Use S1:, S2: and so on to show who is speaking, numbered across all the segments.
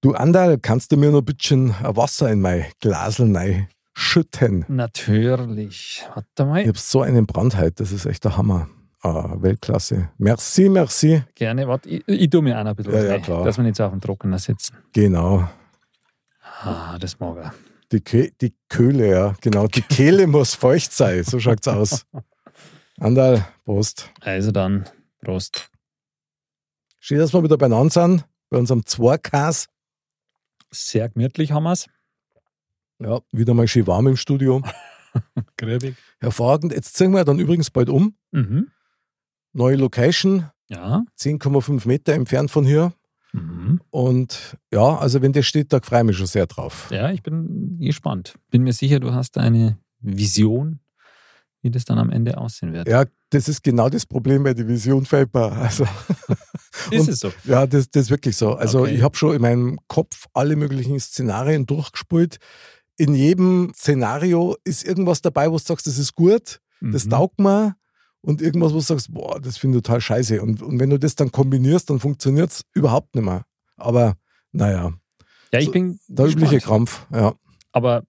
S1: Du Andal, kannst du mir noch ein bisschen Wasser in mein Glasel rein schütten?
S2: Natürlich. Warte
S1: Ich
S2: mal.
S1: hab so einen Brand heute, das ist echt der Hammer. Ah, Weltklasse. Merci, merci.
S2: Gerne. Warte, ich, ich tue mir auch noch ein bisschen
S1: Ja,
S2: was
S1: ja,
S2: rein,
S1: klar.
S2: dass wir nicht so auf dem Trockenen sitzen.
S1: Genau.
S2: Ah, das mag er.
S1: Die, Kö die Köhle, ja, genau. Die Kehle muss feucht sein, so schaut's aus. Andal, Prost.
S2: Also dann, Prost.
S1: Schön, dass wir wieder beieinander sind, bei unserem 2Ks.
S2: Sehr gemütlich haben wir es.
S1: Ja, wieder mal schön warm im Studio.
S2: Gräbig.
S1: Hervorragend. Jetzt ziehen wir dann übrigens bald um.
S2: Mhm.
S1: Neue Location,
S2: Ja.
S1: 10,5 Meter entfernt von hier.
S2: Mhm.
S1: Und ja, also wenn das steht, da freue ich mich schon sehr drauf.
S2: Ja, ich bin gespannt. Bin mir sicher, du hast eine Vision, wie das dann am Ende aussehen wird.
S1: Ja, das ist genau das Problem bei Division Viper. Also,
S2: Ist
S1: und-
S2: es so?
S1: ja, das, das ist wirklich so. Also,
S2: Okay.
S1: ich habe schon in meinem Kopf alle möglichen Szenarien durchgespielt. In jedem Szenario ist irgendwas dabei, wo du sagst, das ist gut, das
S2: Mhm.
S1: taugt mir. Und irgendwas, wo du sagst, boah, das finde ich total scheiße. Und, und wenn du das dann kombinierst, dann funktioniert es überhaupt nicht mehr. Aber naja,
S2: Ja, ich
S1: so-
S2: bin
S1: der übliche
S2: gespannt.
S1: Krampf. Ja.
S2: Aber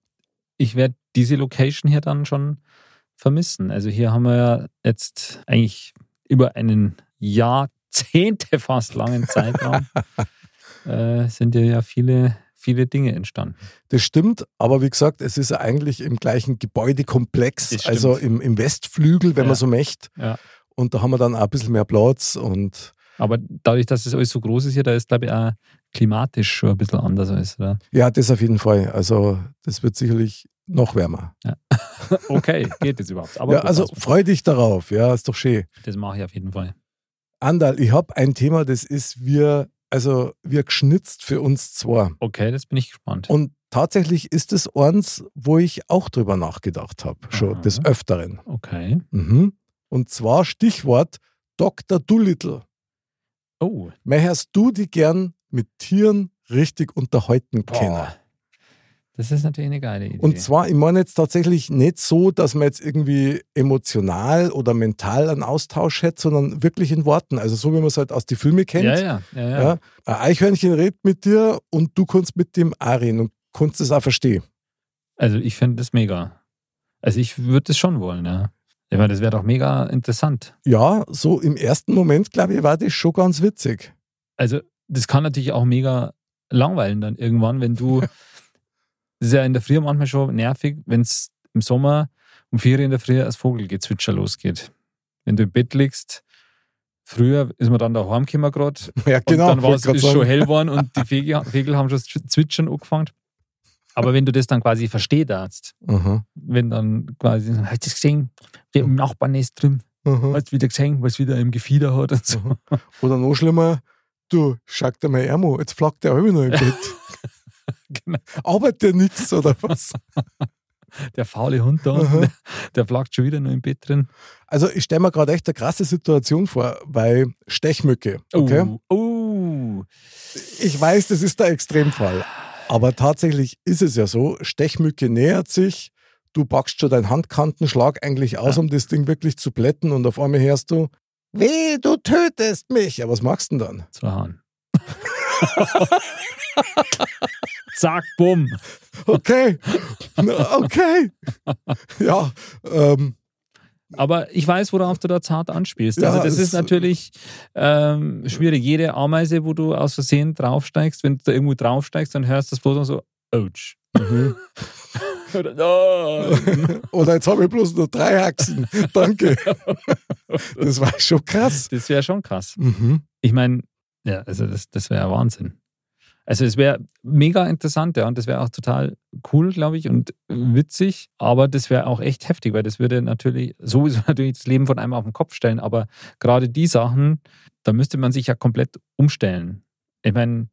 S2: ich werde diese Location hier dann schon vermissen. Also hier haben wir ja jetzt eigentlich über einen Jahrzehnte fast langen Zeitraum äh, sind hier ja viele, viele Dinge entstanden.
S1: Das stimmt, aber wie gesagt, es ist ja eigentlich im gleichen
S2: Das
S1: Gebäudekomplex,
S2: stimmt.
S1: also im, im Westflügel, wenn
S2: Ja.
S1: man so möchte.
S2: Ja.
S1: Und da haben wir dann auch ein bisschen mehr Platz und
S2: Aber dadurch, dass es alles so groß ist hier, da ist glaube ich auch klimatisch schon ein bisschen anders als da.
S1: ja, das auf jeden Fall. Also das wird sicherlich noch wärmer.
S2: Okay, geht das überhaupt? Aber
S1: ja,
S2: gut,
S1: also
S2: das-
S1: freu dich darauf, ja, ist doch schön.
S2: das mache ich auf jeden Fall.
S1: Andal, ich habe ein Thema, das ist wir, also wir geschnitzt für uns zwei.
S2: Okay, das bin ich gespannt.
S1: Und tatsächlich ist es eins, wo ich auch drüber nachgedacht habe, schon
S2: Aha.
S1: des Öfteren.
S2: Okay.
S1: Mhm. Und zwar Stichwort Dr. Doolittle.
S2: Oh,
S1: Möchtest du die gern mit Tieren richtig unterhalten können?
S2: boah. Das ist natürlich eine geile Idee.
S1: Und zwar, ich meine jetzt tatsächlich nicht so, dass man jetzt irgendwie emotional oder mental einen Austausch hätte, sondern wirklich in Worten. Also so, wie man es halt aus den Filmen kennt.
S2: ja, ja, ja, ja.
S1: Ja, Ein Eichhörnchen redet mit dir und du kannst mit dem auch reden und kannst es auch verstehen.
S2: Also ich finde das mega. Also ich würde das schon wollen, ja. Ich meine, das wäre doch mega interessant.
S1: Ja, so im ersten Moment, glaube ich, war das schon ganz witzig.
S2: Also das kann natürlich auch mega langweilen dann irgendwann, wenn du, das ist ja in der Früh manchmal schon nervig, wenn es im Sommer um vier in der Früh als Vogelgezwitscher losgeht. Wenn du im Bett liegst, früher ist man dann daheim gekommen gerade
S1: Ja,
S2: Und
S1: genau.
S2: dann war
S1: wollte
S2: es
S1: grad
S2: ist
S1: sagen.
S2: schon hell geworden und die Vögel, Vögel haben schon das Zwitschern angefangen. Aber wenn du das dann quasi verstehst, darfst,
S1: Aha,
S2: wenn dann quasi, hast du das gesehen, der im Nachbarn ist drin,
S1: aha.
S2: hast du wieder gesehen, was wieder im Gefieder hat und so.
S1: Mhm. Oder noch schlimmer, du, schau dir mal Ermo, jetzt flackt der halbe noch im Bett.
S2: Genau.
S1: Arbeitet der nichts oder was?
S2: Der faule Hund da unten, der, der flackt schon wieder nur im Bett drin.
S1: Also ich stelle mir gerade echt eine krasse Situation vor bei Stechmücke. Okay?
S2: Oh, oh.
S1: Ich weiß, das ist der Extremfall. Aber tatsächlich ist es ja so, Stechmücke nähert sich, du backst schon deinen Handkantenschlag eigentlich aus,
S2: Ja.
S1: um das Ding wirklich zu plätten und auf einmal hörst du, weh, du tötest mich. Ja, was machst du denn dann?
S2: Zwei Hahn. Zack, bumm.
S1: Okay, okay. Ja, ähm,
S2: Aber ich weiß, worauf du da zart anspielst.
S1: Ja,
S2: also das
S1: es-
S2: ist natürlich ähm, schwierig. Jede Ameise, wo du aus Versehen draufsteigst, wenn du da irgendwo draufsteigst, dann hörst du das bloß noch so, ouch.
S1: Mhm.
S2: Oder, oh. "Nein."
S1: Oder jetzt habe ich bloß nur drei Achsen. Danke. Das war schon krass.
S2: das wäre schon krass.
S1: Mhm.
S2: Ich meine, ja, also das, das wäre ja Wahnsinn. Also es wäre mega interessant, ja, und das wäre auch total cool, glaube ich, und witzig, aber das wäre auch echt heftig, weil das würde natürlich, sowieso natürlich das Leben von einem auf den Kopf stellen, aber gerade die Sachen, da müsste man sich ja komplett umstellen. Ich meine,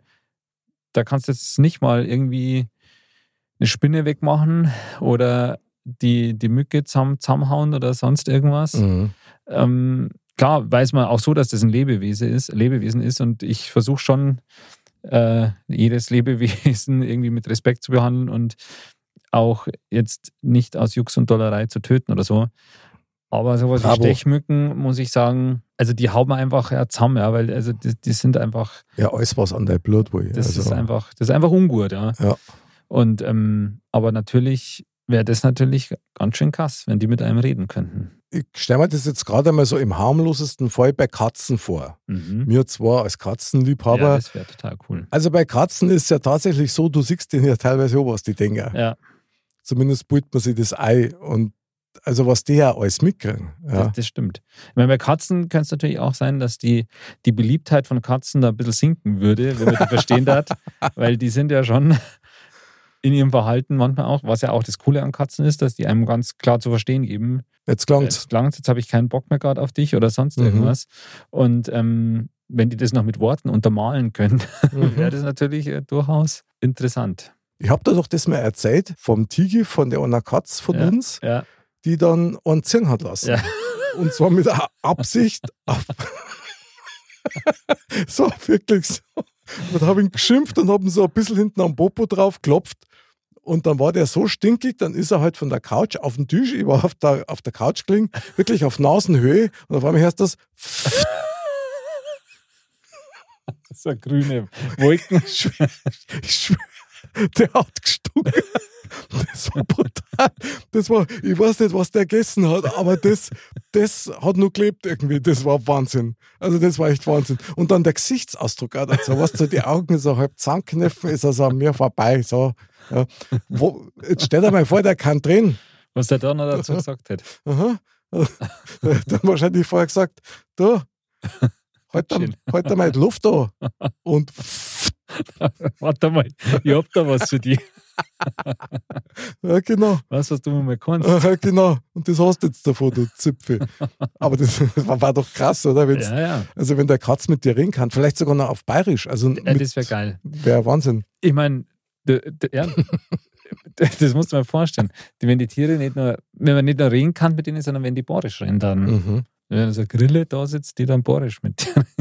S2: da kannst du jetzt nicht mal irgendwie eine Spinne wegmachen oder die, die Mücke zusammen, zusammenhauen oder sonst irgendwas.
S1: Mhm.
S2: Ähm, klar weiß man auch so, dass das ein Lebewesen ist, Lebewesen ist und ich versuche schon, äh, jedes Lebewesen irgendwie mit Respekt zu behandeln und auch jetzt nicht aus Jux und Dollerei zu töten oder so. Aber sowas
S1: Bravo.
S2: wie Stechmücken, muss ich sagen, also die hauen wir einfach ja, zusammen, ja, weil also die, die sind einfach,
S1: Ja, alles was an der Blut, wo ich.
S2: das
S1: also,
S2: ist einfach, das ist einfach ungut, ja.
S1: Ja.
S2: Und ähm, aber natürlich wäre das natürlich ganz schön krass, wenn die mit einem reden könnten.
S1: Ich stelle mir das jetzt gerade mal so im harmlosesten Fall bei Katzen vor.
S2: Mhm.
S1: Mir zwar als
S2: ja,
S1: Katzenliebhaber.
S2: das wäre total cool.
S1: also bei Katzen ist es ja tatsächlich so, du siehst denen ja teilweise auch was, die Dinger.
S2: Ja.
S1: Zumindest brüht man sich das Ei. Und also was die ja alles mitkriegen. Ja.
S2: Das, das stimmt. Ich meine, bei Katzen könnte es natürlich auch sein, dass die, die Beliebtheit von Katzen da ein bisschen sinken würde, wenn man die verstehen darf, weil die sind ja schon in ihrem Verhalten manchmal auch, was ja auch das Coole an Katzen ist, dass die einem ganz klar zu verstehen geben,
S1: Jetzt klang's.
S2: jetzt langt's, jetzt habe ich keinen Bock mehr gerade auf dich oder sonst
S1: Mhm.
S2: irgendwas. Und ähm, wenn die das noch mit Worten untermalen können, wäre das natürlich äh, durchaus interessant.
S1: Ich habe da doch das mal erzählt vom Tigi, von der einer Katz von uns,
S2: Ja,
S1: die dann einen Zirn hat lassen.
S2: ja.
S1: Und zwar mit der Absicht auf. so, wirklich so. Und habe ihn geschimpft und habe ihn so ein bisschen hinten am Popo drauf geklopft. Und dann war der so stinkig, dann ist er halt von der Couch auf den Tisch, ich war auf der, auf der Couch gelegen, wirklich auf Nasenhöhe. Und auf einmal hörst du das.
S2: So grüne Wolken.
S1: Ich schwör, ich schwör, der hat gestunken. Das war brutal. Das war, ich weiß nicht, was der gegessen hat, aber das, das hat nur gelebt irgendwie. Das war Wahnsinn. Also das war echt Wahnsinn. Und dann der Gesichtsausdruck auch dazu. Weißt du, die Augen so halb zusammenkniffen, ist er so an mir vorbei. So, ja. Wo, jetzt stell dir mal vor, der kann drehen.
S2: Was der da noch dazu gesagt hat.
S1: Aha. Der hat dann wahrscheinlich vorher gesagt, du, halt, da-
S2: Schön.
S1: halt da mal die Luft an. Und
S2: Warte mal, ich hab da was für dich.
S1: ja, genau.
S2: Was, was du mir mal kannst.
S1: Aha, genau. Und das hast du jetzt davon, du Zipfel. Aber das war, war doch krass, oder? Wenn's,
S2: Ja, ja.
S1: Also wenn der Katz mit dir reden kann, vielleicht sogar noch auf Bayerisch. Also
S2: ja
S1: mit-
S2: Äh, das wäre geil.
S1: Wäre Wahnsinn.
S2: Ich meine, ja, das musst du mir vorstellen. Die- Wenn die Tiere nicht nur, wenn man nicht nur reden kann mit ihnen, sondern wenn die Borisch reden, dann.
S1: Mhm.
S2: Wenn so eine Grille da sitzt, die dann Borisch mit dir.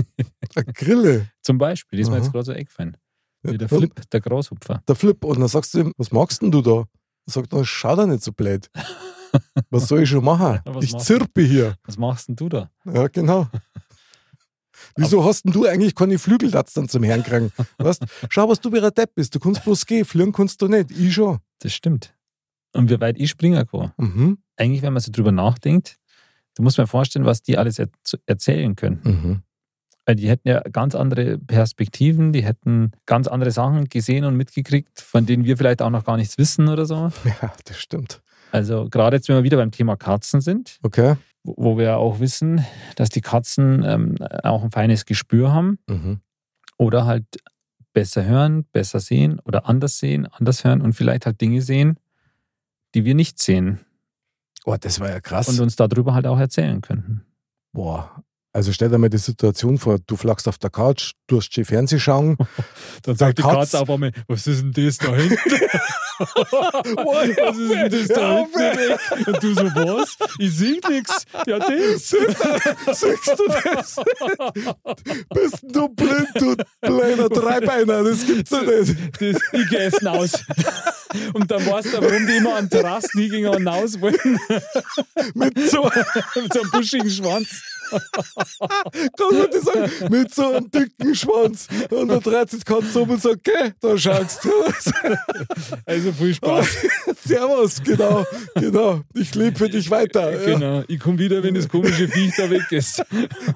S1: Eine Grille.
S2: Zum Beispiel, die ist mir
S1: Aha.
S2: jetzt gerade so eingefallen. Wie der
S1: Mhm. Ja,
S2: Flip, der Grashupfer.
S1: Der Flip. Und dann sagst du ihm, was magst denn du da? Er sagt, na, schau da nicht so blöd. Was soll ich schon machen?
S2: Ja, was
S1: ich
S2: machst
S1: zirpe hier.
S2: Was machst denn du da?
S1: Ja, genau. Wieso hast denn du eigentlich keine Flügel das dann zum Herrn kriegen? Weißt, schau, was du wie ein Depp bist. Du kannst bloß gehen, fliegen kannst du nicht. Ich schon.
S2: Das stimmt. Und wie weit ich springen kann.
S1: Mhm.
S2: Eigentlich, wenn man so drüber nachdenkt, du musst mir vorstellen, was die alles er erzählen können.
S1: Mhm.
S2: Weil die hätten ja ganz andere Perspektiven, die hätten ganz andere Sachen gesehen und mitgekriegt, von denen wir vielleicht auch noch gar nichts wissen oder so.
S1: Ja, das stimmt.
S2: Also gerade jetzt, wenn wir wieder beim Thema Katzen sind,
S1: Okay.
S2: wo- wo wir ja auch wissen, dass die Katzen ähm, auch ein feines Gespür haben
S1: Mhm.
S2: oder halt besser hören, besser sehen oder anders sehen, anders hören und vielleicht halt Dinge sehen, die wir nicht sehen
S1: Oh, das war ja krass.
S2: und uns darüber halt auch erzählen könnten.
S1: Boah. Also stell dir mal die Situation vor, du flachst auf der Couch, du hast schön Fernsehen schauen.
S2: Dann
S1: sagt die Katze
S2: auf einmal, was ist denn das da hinten?
S1: Was ist denn das da
S2: hinten? Und du so, was? Ich sehe nichts. Ja, das.
S1: Siehst du das? Bist du blind, du kleiner Dreibeiner, das gibt's doch nicht.
S2: das ich geh essen aus. Und dann warst du, warum die immer an Terrassen nie gingen und hinaus wollten.
S1: Mit so,
S2: Mit so einem buschigen Schwanz.
S1: kann man das sagen, mit so einem dicken Schwanz. Und der 13 kannst du um und sagen, geh, da schaust du.
S2: Also viel Spaß.
S1: Servus, genau, genau. Ich lebe für dich weiter. Ja,
S2: Genau. Ich komme wieder, wenn das komische Viech da weg ist.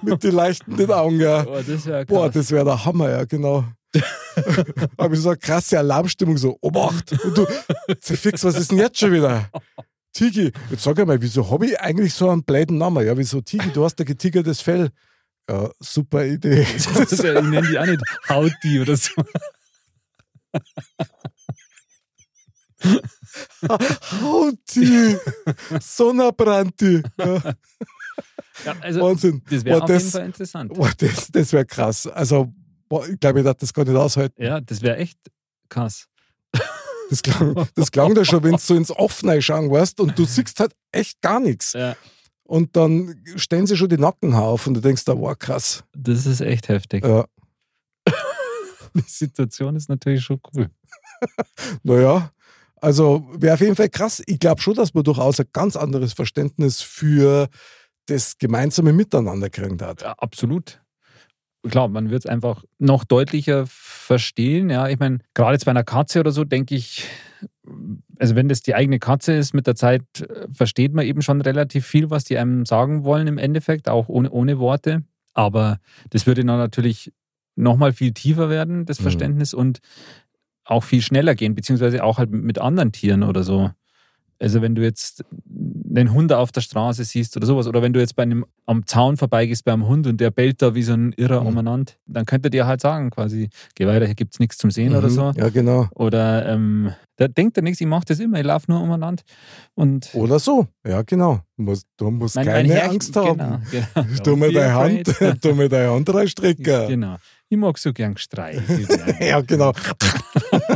S1: mit den leuchtenden Augen, ja.
S2: Boah, das wäre
S1: Boah,
S2: krass.
S1: das wäre der Hammer, ja, genau. Aber so eine krasse Alarmstimmung, so, Obacht! Und du, fix, was ist denn jetzt schon wieder? Tigi, jetzt sag einmal, wieso habe ich eigentlich so einen blöden Namen? Ja, wieso Tigi, du hast ein getigertes Fell. Ja, super Idee.
S2: Das wär, ich nenne die auch nicht Hauti oder so.
S1: Hauti! Sonnabranti! Ja,
S2: Ja, also,
S1: Wahnsinn.
S2: das wäre
S1: Boah,
S2: auf jeden
S1: das-
S2: Fall interessant.
S1: Boah, das das wäre krass. Also, boah, ich glaube, ich darf das gar nicht aushalten.
S2: Ja, das wäre echt krass.
S1: Das klang, das klang da schon, wenn du so ins Offene schauen warst und du siehst halt echt gar nichts.
S2: Ja,
S1: Und dann stellen sie schon die Nacken auf und du denkst, da war krass.
S2: das ist echt heftig.
S1: Ja,
S2: Die Situation ist natürlich schon cool.
S1: naja, Also wäre auf jeden Fall krass. Ich glaube schon, dass man durchaus ein ganz anderes Verständnis für das gemeinsame Miteinander kriegen hat.
S2: Ja, absolut. Klar, man wird es einfach noch deutlicher verstehen. Ja, ich meine, gerade jetzt bei einer Katze oder so, denke ich, also wenn das die eigene Katze ist, mit der Zeit äh, versteht man eben schon relativ viel, was die einem sagen wollen im Endeffekt, auch ohne, ohne Worte. Aber das würde dann natürlich nochmal viel tiefer werden, das
S1: Mhm.
S2: Verständnis, und auch viel schneller gehen, beziehungsweise auch halt mit anderen Tieren oder so. Also wenn du jetzt einen Hund auf der Straße siehst oder sowas, oder wenn du jetzt bei einem am Zaun vorbeigehst bei einem Hund und der bellt da wie so ein Irrer
S1: Mhm.
S2: umeinander, dann könnte dir halt sagen, quasi, geh weiter, hier gibt's nichts zum Sehen oder so.
S1: Ja, genau.
S2: Oder ähm, da denkt er nichts, ich mache das immer, ich laufe nur umeinander. Und
S1: Oder so. Ja, genau. Du musst, du musst
S2: mein- mein
S1: Oh, keine
S2: Herrchen-
S1: Angst haben.
S2: Genau, genau.
S1: Tu mir
S2: Don't be
S1: deine
S2: afraid.
S1: Hand, tu mir deine Hand reinstrecken.
S2: Genau. Ich mag so gern streichen.
S1: Ja, genau.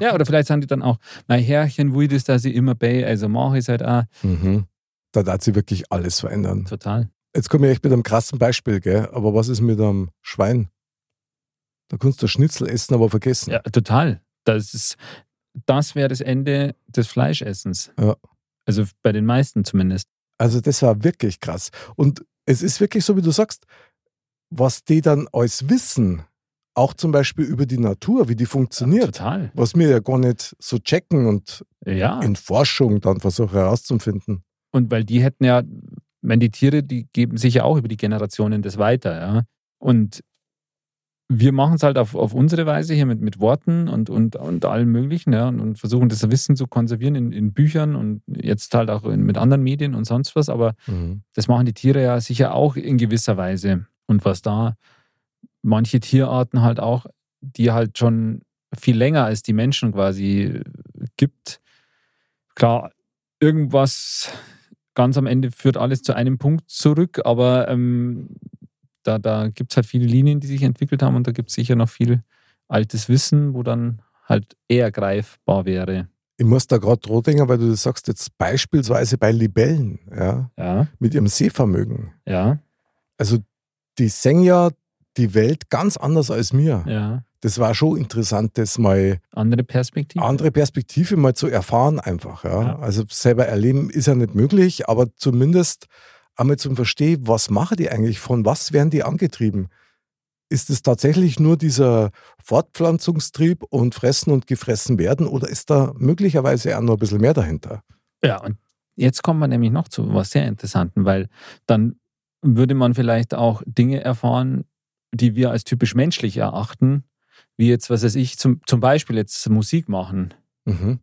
S2: Ja, oder vielleicht sagen die dann auch, mein Herrchen, will das, dass ich immer bei, also mache ich es halt auch.
S1: Mhm. Da hat sich wirklich alles verändern.
S2: Total.
S1: Jetzt komme ich echt mit einem krassen Beispiel, gell? Aber was ist mit einem Schwein? Da kannst du Schnitzel essen, aber vergessen.
S2: Ja, total. Das ist, das wäre das Ende des Fleischessens.
S1: Ja.
S2: Also bei den meisten zumindest.
S1: Also das war wirklich krass. Und es ist wirklich so, wie du sagst, was die dann alles wissen, auch zum Beispiel über die Natur, wie die funktioniert,
S2: Total.
S1: was wir ja gar nicht so checken und
S2: Ja.
S1: in Forschung dann versuchen herauszufinden.
S2: Und weil die hätten ja, wenn die Tiere, die geben sich ja auch über die Generationen das weiter, ja. Und wir machen es halt auf, auf unsere Weise hier mit, mit Worten und, und, und allem Möglichen, ja, und, und versuchen das Wissen zu konservieren in, in Büchern und jetzt halt auch in, mit anderen Medien und sonst was, aber das machen die Tiere ja sicher auch in gewisser Weise. Und was da manche Tierarten halt auch, die halt schon viel länger als die Menschen quasi äh, gibt. Klar, irgendwas ganz am Ende führt alles zu einem Punkt zurück, aber ähm, da, da gibt es halt viele Linien, die sich entwickelt haben und da gibt es sicher noch viel altes Wissen, wo dann halt eher greifbar wäre.
S1: Ich muss da gerade dran denken, weil du das sagst, jetzt beispielsweise bei Libellen, ja,
S2: Ja,
S1: mit ihrem Sehvermögen.
S2: ja,
S1: Also die sehen ja die Welt ganz anders als mir.
S2: ja.
S1: Das war schon interessant, das mal
S2: Andere Perspektive.
S1: andere Perspektive mal zu erfahren einfach. Ja?
S2: Ja.
S1: Also selber erleben ist ja nicht möglich, aber zumindest einmal zum Verstehen, was machen die eigentlich, von was werden die angetrieben? Ist es tatsächlich nur dieser Fortpflanzungstrieb und fressen und gefressen werden oder ist da möglicherweise auch noch ein bisschen mehr dahinter?
S2: Ja, und jetzt kommen wir nämlich noch zu was sehr Interessanten, weil dann würde man vielleicht auch Dinge erfahren, die wir als typisch menschlich erachten, wie jetzt, was weiß ich, zum, zum Beispiel jetzt Musik machen.
S1: Mhm.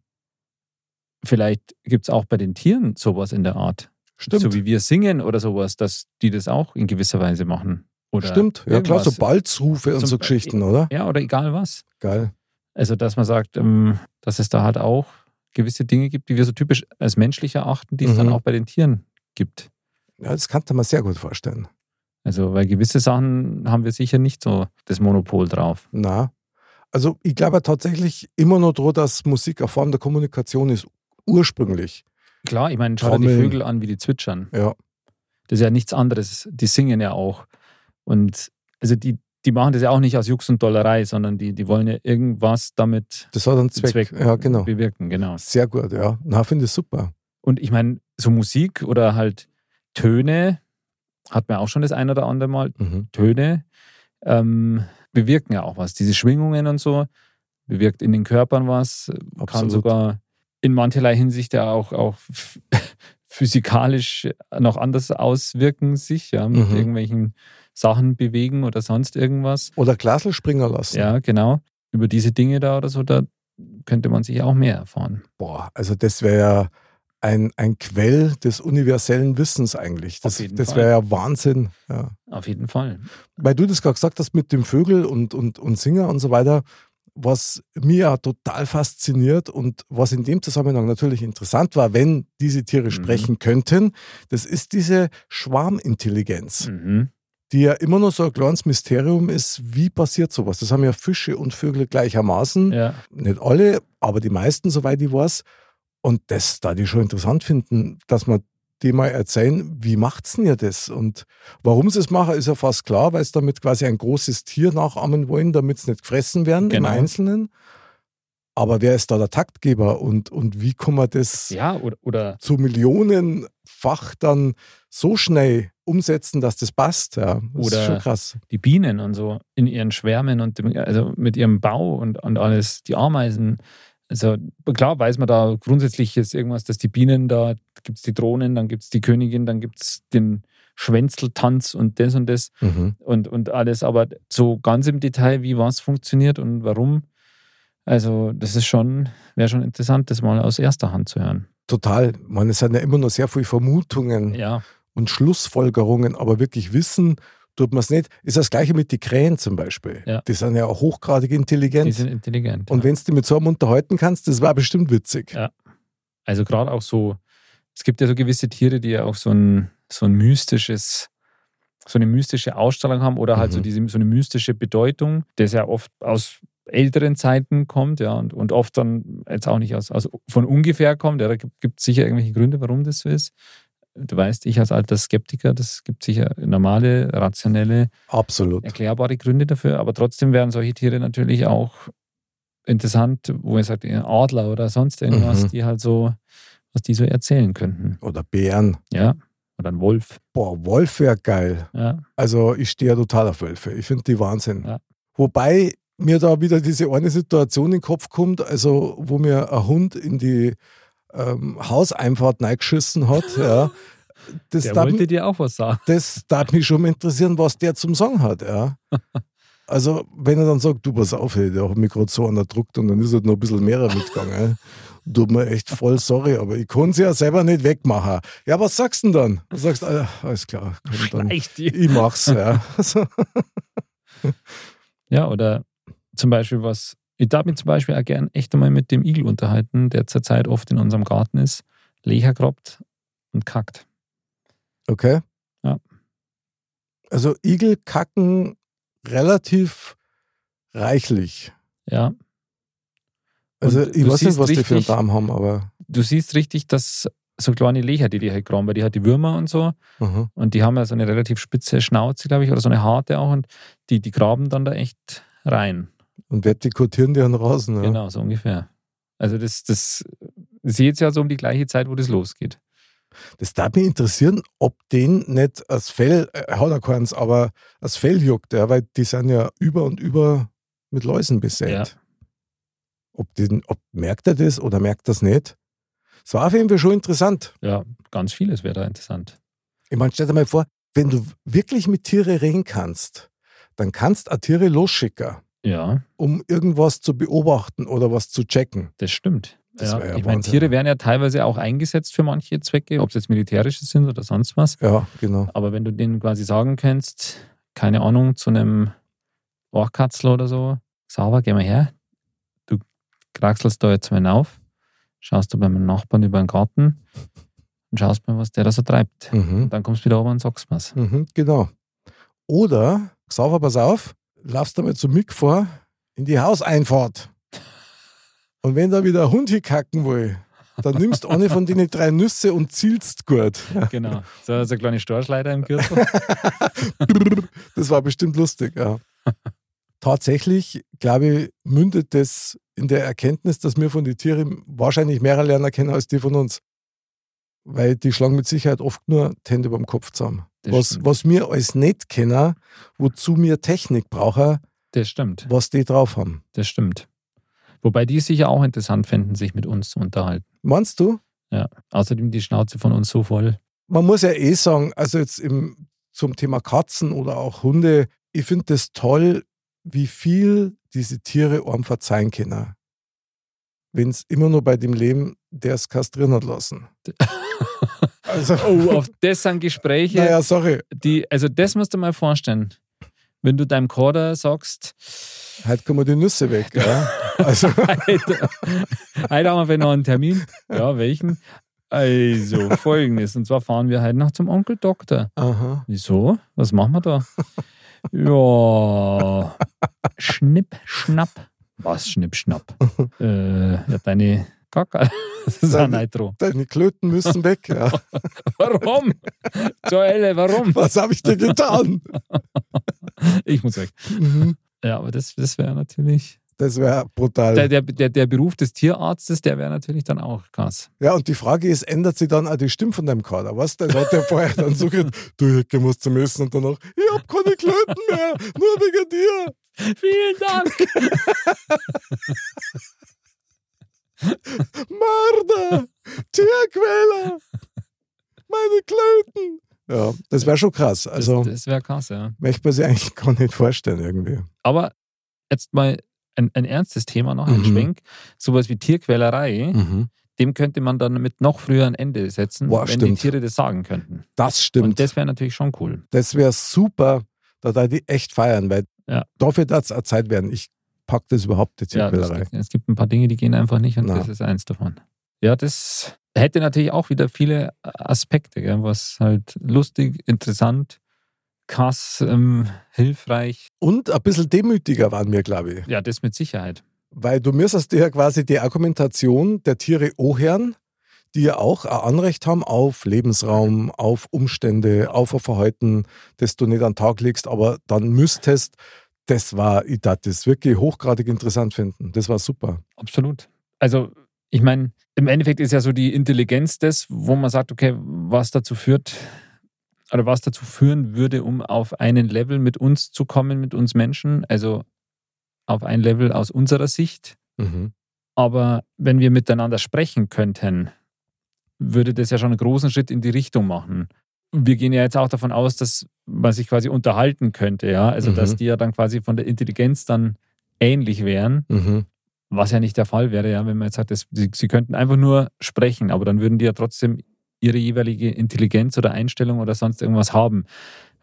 S2: Vielleicht gibt es auch bei den Tieren sowas in der Art.
S1: Stimmt.
S2: So wie wir singen oder sowas, dass die das auch in gewisser Weise machen. Oder
S1: Stimmt. Ja klar, so
S2: irgendwas.
S1: Balzrufe und
S2: Zum
S1: so
S2: Beispiel-
S1: Geschichten, oder?
S2: Ja, oder egal was.
S1: Geil.
S2: Also, dass man sagt, ähm, dass es da halt auch gewisse Dinge gibt, die wir so typisch als menschlich erachten, die es
S1: Mhm.
S2: dann auch bei den Tieren gibt.
S1: Ja, das kannte man sehr gut vorstellen.
S2: Also, weil gewisse Sachen haben wir sicher nicht so das Monopol drauf.
S1: Na, also ich glaube tatsächlich immer noch dran, dass Musik eine Form der Kommunikation ist, ursprünglich.
S2: Klar, ich meine, schau dir die
S1: Trommeln.
S2: Vögel an, wie die zwitschern.
S1: Ja.
S2: Das ist ja nichts anderes. Die singen ja auch. Und also die, die machen das ja auch nicht aus Jux und Dollerei, sondern die, die wollen ja irgendwas damit
S1: Das hat einen Zweck. Ja, genau.
S2: bewirken, genau.
S1: Sehr gut, ja. Na, finde ich super.
S2: Und ich meine, so Musik oder halt Töne, hat man auch schon das ein oder andere Mal,
S1: Mhm.
S2: Töne ähm, bewirken ja auch was. Diese Schwingungen und so bewirkt in den Körpern was, kann
S1: Absolut.
S2: sogar in mancherlei Hinsicht ja auch, auch ph- physikalisch noch anders auswirken, sich ja, mit
S1: Mhm.
S2: irgendwelchen Sachen bewegen oder sonst irgendwas.
S1: Oder Glasel springen lassen.
S2: Ja, genau. Über diese Dinge da oder so, da könnte man sich auch mehr erfahren.
S1: Boah, also das wäre ja ein, ein Quell des universellen Wissens eigentlich. Das,
S2: Auf jeden
S1: das
S2: Fall.
S1: wäre ja Wahnsinn. Ja.
S2: Auf jeden Fall.
S1: Weil du das gerade gesagt hast mit dem Vögel und, und, und Singer und so weiter, was mir ja total fasziniert und was in dem Zusammenhang natürlich interessant war, wenn diese Tiere
S2: Mhm.
S1: sprechen könnten, das ist diese Schwarmintelligenz,
S2: Mhm.
S1: die ja immer noch so ein kleines Mysterium ist, wie passiert sowas? Das haben ja Fische und Vögel gleichermaßen,
S2: Ja.
S1: nicht alle, aber die meisten, soweit ich weiß. Und das da die schon interessant finden, dass man die mal erzählen, wie macht's denn ihr das? Und warum sie es machen, ist ja fast klar, weil sie damit quasi ein großes Tier nachahmen wollen, damit sie nicht gefressen werden
S2: Genau.
S1: im Einzelnen. Aber wer ist da der Taktgeber und, und wie kann man das
S2: Ja, oder, oder
S1: zu Millionenfach dann so schnell umsetzen, dass das passt? Ja, das
S2: Oder-
S1: ist schon krass.
S2: die Bienen und so in ihren Schwärmen und dem, also mit ihrem Bau und, und alles, die Ameisen. Also klar weiß man da grundsätzlich jetzt irgendwas, dass die Bienen, da gibt es die Drohnen, dann gibt es die Königin, dann gibt es den Schwänzeltanz und das und das
S1: Mhm.
S2: und, und alles. Aber so ganz im Detail, wie was funktioniert und warum, also das ist schon, wäre schon interessant, das mal aus erster Hand zu hören.
S1: Total. Man, es sind ja immer noch sehr viele Vermutungen
S2: Ja,
S1: und Schlussfolgerungen, aber wirklich wissen tut man es nicht. Ist das gleiche mit die Krähen zum Beispiel.
S2: Ja.
S1: Die sind ja auch hochgradig
S2: die
S1: intelligent.
S2: sind intelligent.
S1: und
S2: ja.
S1: wenn du dich mit so einem unterhalten kannst, das war bestimmt witzig.
S2: Ja. Also gerade auch so, es gibt ja so gewisse Tiere, die ja auch so ein, so ein mystisches, so eine mystische Ausstrahlung haben oder halt so
S1: Mhm.
S2: diese so eine mystische Bedeutung, das ja oft aus älteren Zeiten kommt, ja, und, und oft dann jetzt auch nicht aus, aus von ungefähr kommt. Ja, da gibt, gibt sicher irgendwelche Gründe, warum das so ist. Du weißt, ich als alter Skeptiker, das gibt sicher normale, rationelle
S1: Absolut.
S2: erklärbare Gründe dafür, aber trotzdem wären solche Tiere natürlich auch interessant, wo man sagt, Adler oder sonst irgendwas,
S1: Mhm.
S2: die halt so, was die so erzählen könnten.
S1: Oder Bären.
S2: Ja. Oder ein Wolf.
S1: Boah, Wolf wäre geil.
S2: Ja.
S1: Also ich stehe ja total auf Wölfe. Ich finde die Wahnsinn.
S2: Ja.
S1: Wobei mir da wieder diese eine Situation in den Kopf kommt, also wo mir ein Hund in die ähm, Hauseinfahrt neigeschissen hat. ja. Das
S2: Der
S1: darf,
S2: wollte dir auch was sagen.
S1: das darf mich schon mal interessieren, was der zum Song hat. Ja. Also wenn er dann sagt, du pass auf, ey, der hat mich gerade so unterdrückt und dann ist halt noch ein bisschen mehr mitgegangen. ey. Tut mir echt voll sorry, aber ich konnte sie ja selber nicht wegmachen. Ja, was sagst du denn dann? Du sagst, ah, alles klar, komm, dann
S2: Schleicht die.
S1: ich mach's, ja. Also,
S2: Ja, oder zum Beispiel was, ich darf mich zum Beispiel auch gern echt einmal mit dem Igel unterhalten, der zurzeit oft in unserem Garten ist, Lecher grabt und kackt.
S1: okay.
S2: Ja.
S1: Also Igel kacken relativ reichlich.
S2: Ja.
S1: Also
S2: Und
S1: ich
S2: du
S1: weiß nicht,
S2: siehst
S1: was die für einen
S2: richtig-
S1: Darm haben, aber
S2: Du siehst richtig, dass so kleine Lecher, die die halt graben, weil die hat die Würmer und so.
S1: mhm.
S2: Und die haben ja so eine relativ spitze Schnauze, glaube ich, oder so eine harte auch. Und die, die graben dann da echt rein.
S1: und vertikutieren die einen raus. Ne?
S2: Genau, so ungefähr. Also das, das ist jetzt ja so um die gleiche Zeit, wo das losgeht.
S1: Das darf mich interessieren, ob den nicht als Fell, äh, hat er keins, aber als Fell juckt, ja, weil die sind ja über und über mit Läusen besät.
S2: Ja.
S1: Ob, den, ob merkt er das oder merkt das nicht? Es war auf jeden Fall schon interessant.
S2: Ja, ganz vieles wäre da interessant.
S1: Ich meine, stell dir mal vor, wenn du wirklich mit Tiere reden kannst, dann kannst du auch Tiere losschicken,
S2: Ja,
S1: um irgendwas zu beobachten oder was zu checken.
S2: das stimmt.
S1: Das
S2: ja,
S1: wär ja
S2: ich meine,
S1: Wahnsinn.
S2: Tiere werden ja teilweise auch eingesetzt für manche Zwecke, ob es jetzt militärische sind oder sonst was.
S1: Ja, genau.
S2: Aber wenn du denen quasi sagen kannst, keine Ahnung, zu einem Ohrkatzler oder so, sauber, geh mal her. Du kraxelst da jetzt mal auf, schaust du bei meinem Nachbarn über den Garten und schaust mal, was der da so treibt.
S1: Mhm.
S2: Und dann kommst du wieder runter und sagst mir's.
S1: Mhm, genau. Oder, sauber, pass auf, laufst einmal zu Mick vor in die Hauseinfahrt. Und wenn da wieder ein Hund hinkacken will, dann nimmst du eine von den drei Nüsse und zielst gut.
S2: Genau. So, so eine kleine Storchleiter im Gürtel.
S1: Das war bestimmt lustig, ja. Tatsächlich, glaube ich, mündet das in der Erkenntnis, dass wir von den Tieren wahrscheinlich mehr lernen können als die von uns. Weil die schlagen mit Sicherheit oft nur die Hände über dem Kopf zusammen.
S2: Das
S1: Was,
S2: stimmt.
S1: was wir alles nicht kennen, wozu wir Technik brauchen,
S2: Das stimmt.
S1: was die drauf haben.
S2: Das stimmt. Wobei die es sicher auch interessant finden, sich mit uns zu unterhalten.
S1: Meinst du?
S2: Außerdem die Schnauze von uns so voll.
S1: man muss ja eh sagen, also jetzt im, zum Thema Katzen oder auch Hunde, ich finde das toll, wie viel diese Tiere einem verzeihen können. Wenn es immer nur bei dem Leben, der es kastrieren hat lassen. Also,
S2: Oh, auf das sind Gespräche.
S1: naja, sorry,
S2: die, also das musst du mal vorstellen. Wenn du deinem Kader sagst,
S1: heute kommen die Nüsse weg. Ja? Also,
S2: heute, heute haben wir noch einen Termin. Ja, welchen? Also, folgendes. Und zwar fahren wir heute noch zum Onkel Doktor.
S1: aha.
S2: Wieso? Was machen wir da? Ja, Schnipp, Schnapp. Was, Schnipp, Schnapp? Äh, ja, deine Kacke. Das ist ein
S1: Deine-
S2: Nitro.
S1: Deine Klöten müssen weg. Ja.
S2: Warum? Zur Hölle, warum?
S1: Was habe ich dir getan?
S2: Ich muss weg.
S1: Mhm.
S2: Ja, aber das, das wäre natürlich.
S1: Das wäre brutal.
S2: Der, der, der, der Beruf des Tierarztes, der wäre natürlich dann auch krass.
S1: Ja, und die Frage ist, ändert sich dann auch die Stimme von deinem Kader? Was? Dann hat der vorher dann so gesagt, du Hirke musst zum Essen und danach, ich hab keine Klöten mehr, nur wegen dir.
S2: Vielen Dank.
S1: Mörder, Tierquäler, meine Klöten. Ja, das wäre schon krass. Also,
S2: das das wäre krass, ja.
S1: möchte man sich eigentlich gar nicht vorstellen irgendwie.
S2: Aber jetzt mal ein, ein ernstes Thema noch, ein
S1: Mhm.
S2: Schwenk. Sowas wie Tierquälerei,
S1: Mhm.
S2: dem könnte man dann mit noch früher ein Ende setzen,
S1: Boah,
S2: wenn die
S1: stimmt.
S2: Tiere das sagen könnten.
S1: Das stimmt.
S2: Und das wäre natürlich schon cool.
S1: Das wäre super, da da die echt feiern, weil
S2: Ja.
S1: dafür darf es auch Zeit werden. Ich pack das überhaupt nicht
S2: Ja,
S1: ja,
S2: das, es gibt ein paar Dinge, die gehen einfach nicht und
S1: Na.
S2: das ist eins davon. Ja, das hätte natürlich auch wieder viele äh, Aspekte, gell, was halt lustig, interessant, krass, ähm, hilfreich.
S1: Und ein bisschen demütiger waren wir, glaube ich.
S2: Ja, das mit Sicherheit.
S1: Weil du müsstest dir ja quasi die Argumentation der Tiere Oherren, die ja auch ein Anrecht haben auf Lebensraum, auf Umstände, auf ein Verhalten, das du nicht an den Tag legst, aber dann müsstest, das war, ich darf das wirklich hochgradig interessant finden. Das war super.
S2: Absolut. Also, ich meine, im Endeffekt ist ja so die Intelligenz das, wo man sagt, okay, was dazu führt oder was dazu führen würde, um auf einen Level mit uns zu kommen, mit uns Menschen, also auf ein Level aus unserer Sicht.
S1: Mhm.
S2: Aber wenn wir miteinander sprechen könnten, würde das ja schon einen großen Schritt in die Richtung machen. Wir gehen ja jetzt auch davon aus, dass man sich quasi unterhalten könnte, ja. Also,
S1: Mhm.
S2: dass die ja dann quasi von der Intelligenz dann ähnlich wären.
S1: Mhm.
S2: Was ja nicht der Fall wäre, ja, wenn man jetzt sagt, dass sie, sie könnten einfach nur sprechen, aber dann würden die ja trotzdem ihre jeweilige Intelligenz oder Einstellung oder sonst irgendwas haben,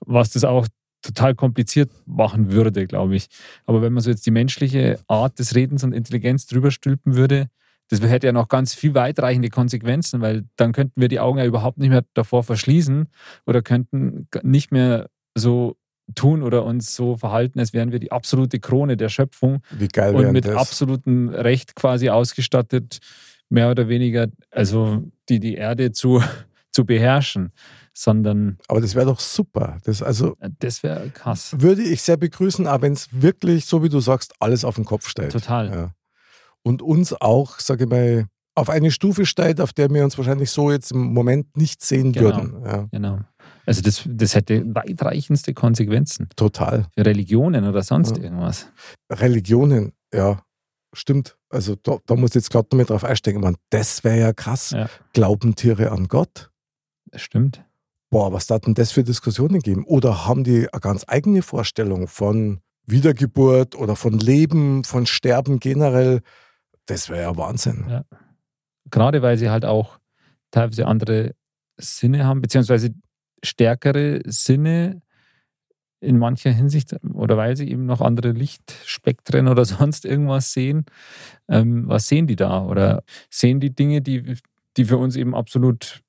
S2: was das auch total kompliziert machen würde, glaube ich. Aber wenn man so jetzt die menschliche Art des Redens und Intelligenz drüber stülpen würde, das hätte ja noch ganz viel weitreichende Konsequenzen, weil dann könnten wir die Augen ja überhaupt nicht mehr davor verschließen oder könnten g- nicht mehr so tun oder uns so verhalten, als wären wir die absolute Krone der Schöpfung
S1: Wie geil
S2: und
S1: wäre
S2: mit
S1: das?
S2: absolutem Recht quasi ausgestattet, mehr oder weniger, also die, die Erde zu, zu beherrschen, sondern
S1: Aber das wäre doch super. Das, also,
S2: äh, das wäre krass.
S1: würde ich sehr begrüßen, aber wenn es wirklich, so wie du sagst, alles auf den Kopf stellt.
S2: Total.
S1: Ja. Und uns auch, sage ich mal, auf eine Stufe stellt, auf der wir uns wahrscheinlich so jetzt im Moment nicht sehen
S2: Genau.
S1: würden. Ja,
S2: Genau. Also das, das hätte weitreichendste Konsequenzen
S1: total.
S2: für Religionen oder sonst
S1: Ja.
S2: irgendwas.
S1: Religionen, ja, stimmt. Also da, da muss ich jetzt gerade damit drauf einsteigen. Man, das wäre ja krass.
S2: Ja.
S1: Glauben Tiere an Gott?
S2: Das stimmt.
S1: Boah, was hat denn das für Diskussionen gegeben? Oder haben die eine ganz eigene Vorstellung von Wiedergeburt oder von Leben, von Sterben generell? Das wäre ja Wahnsinn.
S2: Ja. Gerade weil sie halt auch teilweise andere Sinne haben, beziehungsweise stärkere Sinne in mancher Hinsicht oder weil sie eben noch andere Lichtspektren oder sonst irgendwas sehen. Ähm, was sehen die da? Oder sehen die Dinge, die, die für uns eben absolut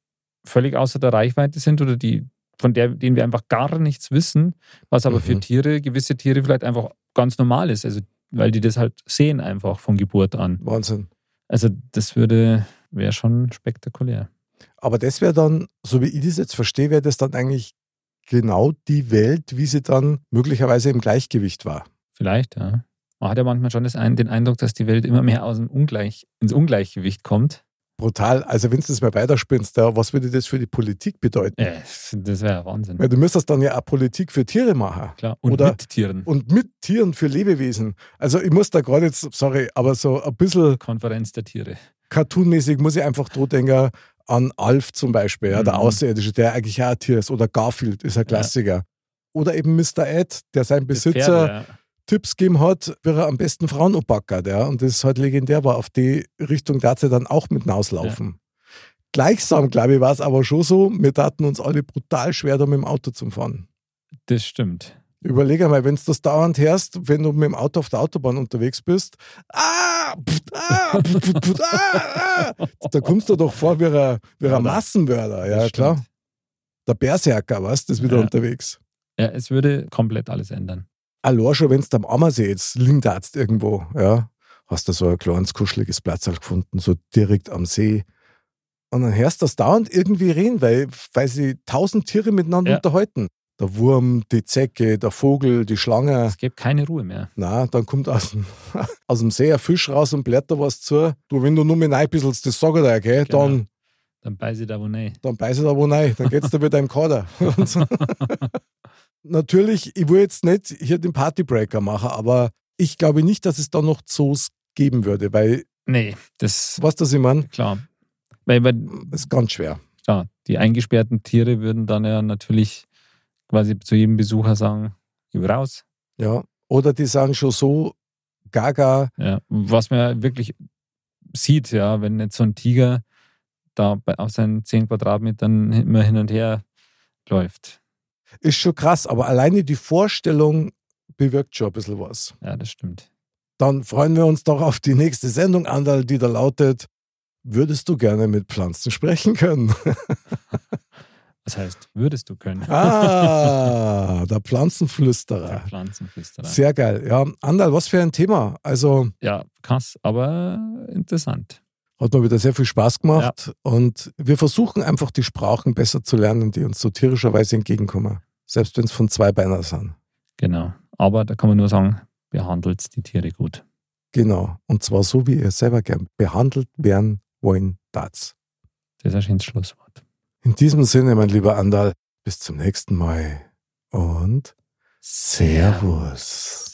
S2: völlig außer der Reichweite sind oder die, von der, denen wir einfach gar nichts wissen, was aber für
S1: Mhm.
S2: Tiere, gewisse Tiere vielleicht einfach ganz normal ist. Also, weil die das halt sehen einfach von Geburt an.
S1: Wahnsinn.
S2: Also das würde, wäre schon spektakulär.
S1: Aber das wäre dann, so wie ich das jetzt verstehe, wäre das dann eigentlich genau die Welt, wie sie dann möglicherweise im Gleichgewicht war.
S2: Vielleicht, ja. Man hat ja manchmal schon das ein, den Eindruck, dass die Welt immer mehr aus dem Ungleich, ins Ungleichgewicht kommt.
S1: Brutal. Also wenn du das mal weiterspinnst, ja, was würde das für die Politik bedeuten?
S2: Ja, Äh, das wäre Wahnsinn.
S1: Weil du müsstest dann ja auch Politik für Tiere machen.
S2: Klar. Und
S1: Oder-
S2: mit Tieren.
S1: Und mit Tieren für Lebewesen. Also ich muss da gerade jetzt, sorry, aber so ein bisschen
S2: Konferenz der Tiere.
S1: cartoonmäßig muss ich einfach dran denken an Alf zum Beispiel, ja, der
S2: Mhm.
S1: Außerirdische, der eigentlich auch ein Tier ist. Oder Garfield ist ein Klassiker. Oder eben Mr. Ed, der sein Besitzer
S2: Pferde, ja.
S1: Tipps gegeben hat, wie er am besten Frauen umpackert, ja. Und das halt legendär war. Auf die Richtung darf sie dann auch mit hinauslaufen. Gleichsam, glaube ich, war es aber schon so, wir taten uns alle brutal schwer, da mit dem Auto zu fahren.
S2: Das stimmt.
S1: Überleg einmal, wenn du das dauernd hörst, wenn du mit dem Auto auf der Autobahn unterwegs bist, ah, pft, ah, pft, pft, pft, ah, ah, da kommst du doch vor wie ein, wie
S2: Ja,
S1: ein
S2: da-
S1: Massenmörder, ja
S2: Das
S1: klar.
S2: stimmt.
S1: Der Berserker, was, das ist wieder
S2: Ja.
S1: unterwegs.
S2: Ja, es würde komplett alles ändern.
S1: Allein schon, wenn du am Ammersee jetzt lindarzt irgendwo, ja, hast du so ein kleines, kuscheliges Platzal gefunden, so direkt am See. Und dann hörst du das dauernd irgendwie reden, weil, weil sie tausend Tiere miteinander
S2: Ja.
S1: unterhalten. der Wurm, die Zecke, der Vogel, die Schlange.
S2: Es gibt keine Ruhe mehr.
S1: Na, dann kommt aus dem, aus dem See ein Fisch raus und blättert da was zu. Du, wenn du nur mit reinbisselst, das sag ich dir, gell?
S2: Genau.
S1: Dann,
S2: Dann beiße ich da wo nicht.
S1: dann beißt er da wo rein. Dann geht's da wieder im Kader. Und so. Natürlich, ich will jetzt nicht hier den Partybreaker machen, aber ich glaube nicht, dass es da noch Zoos geben würde, weil,
S2: Nee, das
S1: was das ich meine,
S2: klar. Weil, weil
S1: ist ganz schwer.
S2: klar, die eingesperrten Tiere würden dann ja natürlich quasi zu jedem Besucher sagen, "Geh raus.
S1: Ja. Oder die sagen schon so, gaga,
S2: Ja, was man ja wirklich sieht, ja, wenn jetzt so ein Tiger da bei, auf seinen 10 Quadratmetern immer hin und her läuft.
S1: ist schon krass, aber alleine die Vorstellung bewirkt schon ein bisschen was.
S2: Ja, das stimmt.
S1: Dann freuen wir uns doch auf die nächste Sendung, Andal, die da lautet: Würdest du gerne mit Pflanzen sprechen können?
S2: Das heißt, würdest du können.
S1: Ah, der
S2: Der
S1: Pflanzenflüsterer.
S2: Pflanzenflüsterer.
S1: Sehr geil. Ja, Andal, was für ein Thema. Also
S2: Ja, krass, aber interessant.
S1: hat mir wieder sehr viel Spaß gemacht und wir versuchen einfach die Sprachen besser zu lernen, die uns so tierischerweise entgegenkommen. Selbst wenn es von zwei Beiner sind.
S2: Genau. Aber da kann man nur sagen, behandelt die Tiere gut.
S1: Genau. Und zwar so, wie ihr selber gern behandelt werden wollen, tats.
S2: Das ist ein schönes Schlusswort.
S1: In diesem Sinne, mein lieber Andal, bis zum nächsten Mal und Servus.